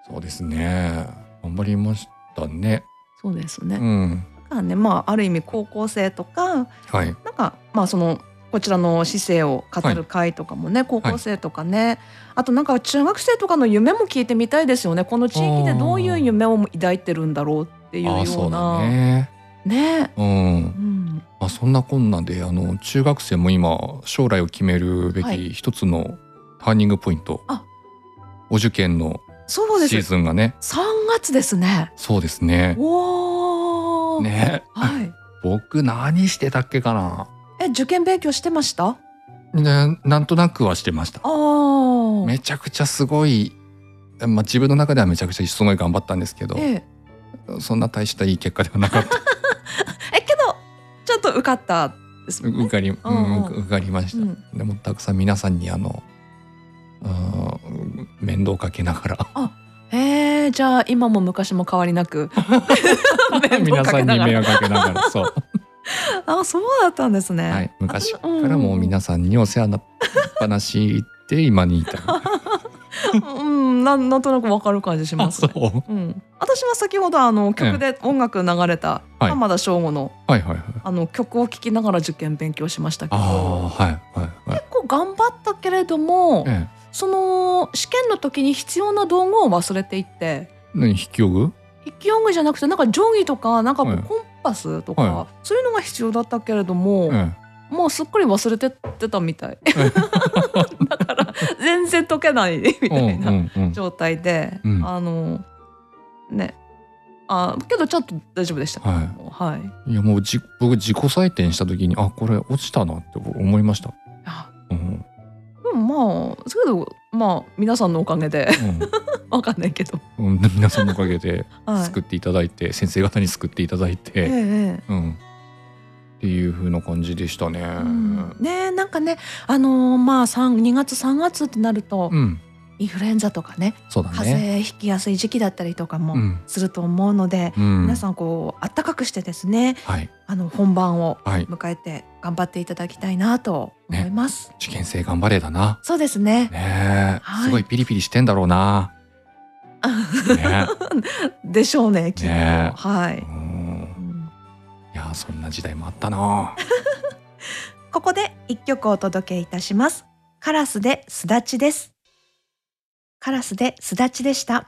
Speaker 2: そうですね頑張りましたね。
Speaker 1: そうですね、
Speaker 2: うん
Speaker 1: だからねまあある意味高校生とか
Speaker 2: はい
Speaker 1: なんかまあそのこちらの姿勢を語る会とかもね、高校生とかね、あとなんか中学生とかの夢も聞いてみたいですよねこの地域でどういう夢を抱いてるんだろうっていう
Speaker 2: あ
Speaker 1: よ
Speaker 2: あそう
Speaker 1: う
Speaker 2: だ
Speaker 1: な
Speaker 2: ね。
Speaker 1: ね
Speaker 2: うん
Speaker 1: うん、
Speaker 2: まあ、そんなこんなであの中学生も今将来を決めるべ
Speaker 1: はい
Speaker 2: き一つのターニングポイント、
Speaker 1: あ
Speaker 2: お受験の
Speaker 1: そうです
Speaker 2: シーズンがね
Speaker 1: 3月ですね
Speaker 2: そうですね。
Speaker 1: おお、
Speaker 2: ね
Speaker 1: はい
Speaker 2: 僕何してたっけかな
Speaker 1: え受験勉強してました
Speaker 2: ねなんとなくはしてました
Speaker 1: あ。ー
Speaker 2: めちゃくちゃすごい、まあ、自分の中ではめちゃくちゃすごい頑張ったんですけど、
Speaker 1: ええ
Speaker 2: そんな大したいい結果ではなかった
Speaker 1: えけどちょっと受かったですもんね
Speaker 2: 受か *laughs* り、うん、
Speaker 1: うん
Speaker 2: 受かりました。
Speaker 1: うん
Speaker 2: でもたくさん皆さんにあのうん面倒かけながら
Speaker 1: えー、じゃあ今も昔も変わりな
Speaker 2: *laughs*
Speaker 1: く
Speaker 2: 皆さんに迷惑かけながらそう、
Speaker 1: あそうだったんですね、
Speaker 2: *laughs* はい、昔からもう皆さんにお世話になっぱなしで今にい *laughs* た
Speaker 1: うんなんなんとなくわかる感じします、ね
Speaker 2: う
Speaker 1: うん、私は先ほどあの曲で音楽流れた
Speaker 2: はい
Speaker 1: 浜田省吾の,、
Speaker 2: はいはいはい
Speaker 1: あの曲を聴きながら受験勉強しましたけ
Speaker 2: あ
Speaker 1: ど
Speaker 2: あーはいはいはい
Speaker 1: 結構頑張ったけれども、
Speaker 2: ええ
Speaker 1: その試験の時に必要な道具を忘れていって
Speaker 2: 何引き用具
Speaker 1: 筆記用具じゃなくてなんか定規とかなんかこう
Speaker 2: はい
Speaker 1: コンパスとか、
Speaker 2: は
Speaker 1: そういうのが必要だったけれども、
Speaker 2: え
Speaker 1: もうすっかり忘れてってたみたい *laughs* だから全然解けないみ
Speaker 2: えう
Speaker 1: た
Speaker 2: ん
Speaker 1: いな
Speaker 2: うんうん
Speaker 1: 状態で、
Speaker 2: うん
Speaker 1: あのねあけどちゃんと大丈夫でした、
Speaker 2: はい
Speaker 1: はい、
Speaker 2: いいやもうじ僕自己採点した時にあこれ落ちたなって思いました
Speaker 1: あ
Speaker 2: うん
Speaker 1: でもまあけどまあ皆さんのおかげで *laughs* わかんないけど、
Speaker 2: *laughs* うん、うん、皆さんのおかげで
Speaker 1: はい、
Speaker 2: 救っていただいて、先生方に救っていただい
Speaker 1: ええ
Speaker 2: て、
Speaker 1: え
Speaker 2: うんっていう風な感じでしたね
Speaker 1: えうんねえなんかねあのーまあ三2月3月ってなると、
Speaker 2: うん、
Speaker 1: インフルエンザとかね
Speaker 2: そうだ
Speaker 1: 風
Speaker 2: ね
Speaker 1: 邪ひきやすい時期だったりとかも
Speaker 2: うん
Speaker 1: すると思うので、
Speaker 2: うん、
Speaker 1: 皆さんこうあったかくしてですね
Speaker 2: はい
Speaker 1: あの本番を
Speaker 2: はい
Speaker 1: 迎えて頑張っていただきたいなと思います。
Speaker 2: 受験生頑張れだな
Speaker 1: そうですね。
Speaker 2: ねえ、
Speaker 1: はい
Speaker 2: すごいピリピリしてんだろ
Speaker 1: *laughs*
Speaker 2: うなね
Speaker 1: でしょうね。きっと
Speaker 2: ねえ
Speaker 1: は
Speaker 2: えう
Speaker 1: い、
Speaker 2: ん
Speaker 1: うん
Speaker 2: いやそんな時代もあったな
Speaker 1: ここで一曲お届けいたします。カラスですだちです。カラスですだちでした。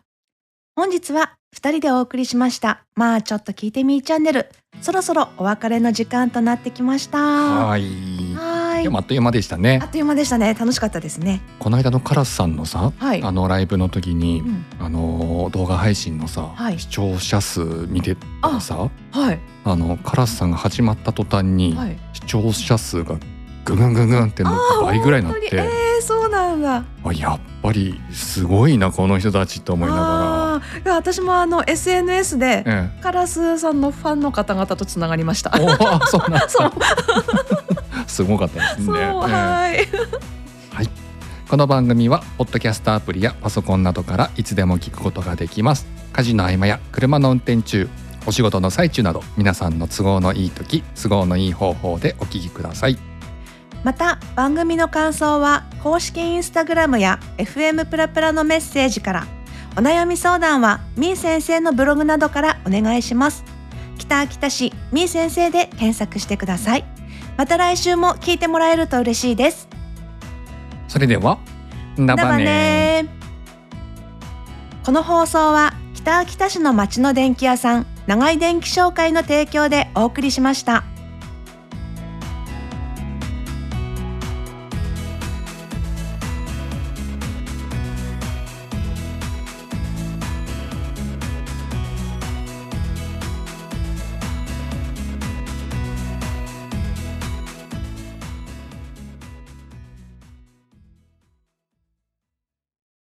Speaker 1: 本日は二人でお送りしました。まあちょっと聞いてみーチャンネル。そろそろお別れの時間となってきました。は
Speaker 2: はい
Speaker 1: ーい。
Speaker 2: でもあっという間でしたね
Speaker 1: あっという間でしたね。楽しかったですね。
Speaker 2: この間のカラスさんのさ
Speaker 1: はい。
Speaker 2: あのライブの時に、
Speaker 1: うん
Speaker 2: あの動画配信のさ、
Speaker 1: はい
Speaker 2: 視聴者数見てたらさ
Speaker 1: はい。
Speaker 2: あのカラスさんが始まった途端に、
Speaker 1: はい。
Speaker 2: 視聴者数がぐぐんぐんぐんっての倍ぐらいになっ
Speaker 1: 本当
Speaker 2: て
Speaker 1: にえー、そうなんだ。
Speaker 2: あやっぱりすごいなこの人たちと思いなが
Speaker 1: あーいや私もあの SNS で
Speaker 2: ら。ええ
Speaker 1: カラスさんのファンの方々とつながりました。
Speaker 2: おー *laughs* そうなんだ
Speaker 1: そう、
Speaker 2: すごかったですね。
Speaker 1: そう、
Speaker 2: ええ
Speaker 1: はい。
Speaker 2: この番組はポッドキャストアプリやパソコンなどからいつでも聞くことができます。家事の合間や車の運転中、お仕事の最中など皆さんの都合のいい時、都合のいい方法でお聞きください。
Speaker 1: また番組の感想は公式インスタグラムや FM プラプラのメッセージからお悩み相談はみー先生のブログなどからお願いします北秋田市みー先生で検索してくださいまた来週も聞いてもらえると嬉しいです
Speaker 2: それでは、ナ
Speaker 1: だ
Speaker 2: バ
Speaker 1: ば
Speaker 2: ネ
Speaker 1: ねこの放送は北秋田市の町の電気屋さん長井電気商会の提供でお送りしました。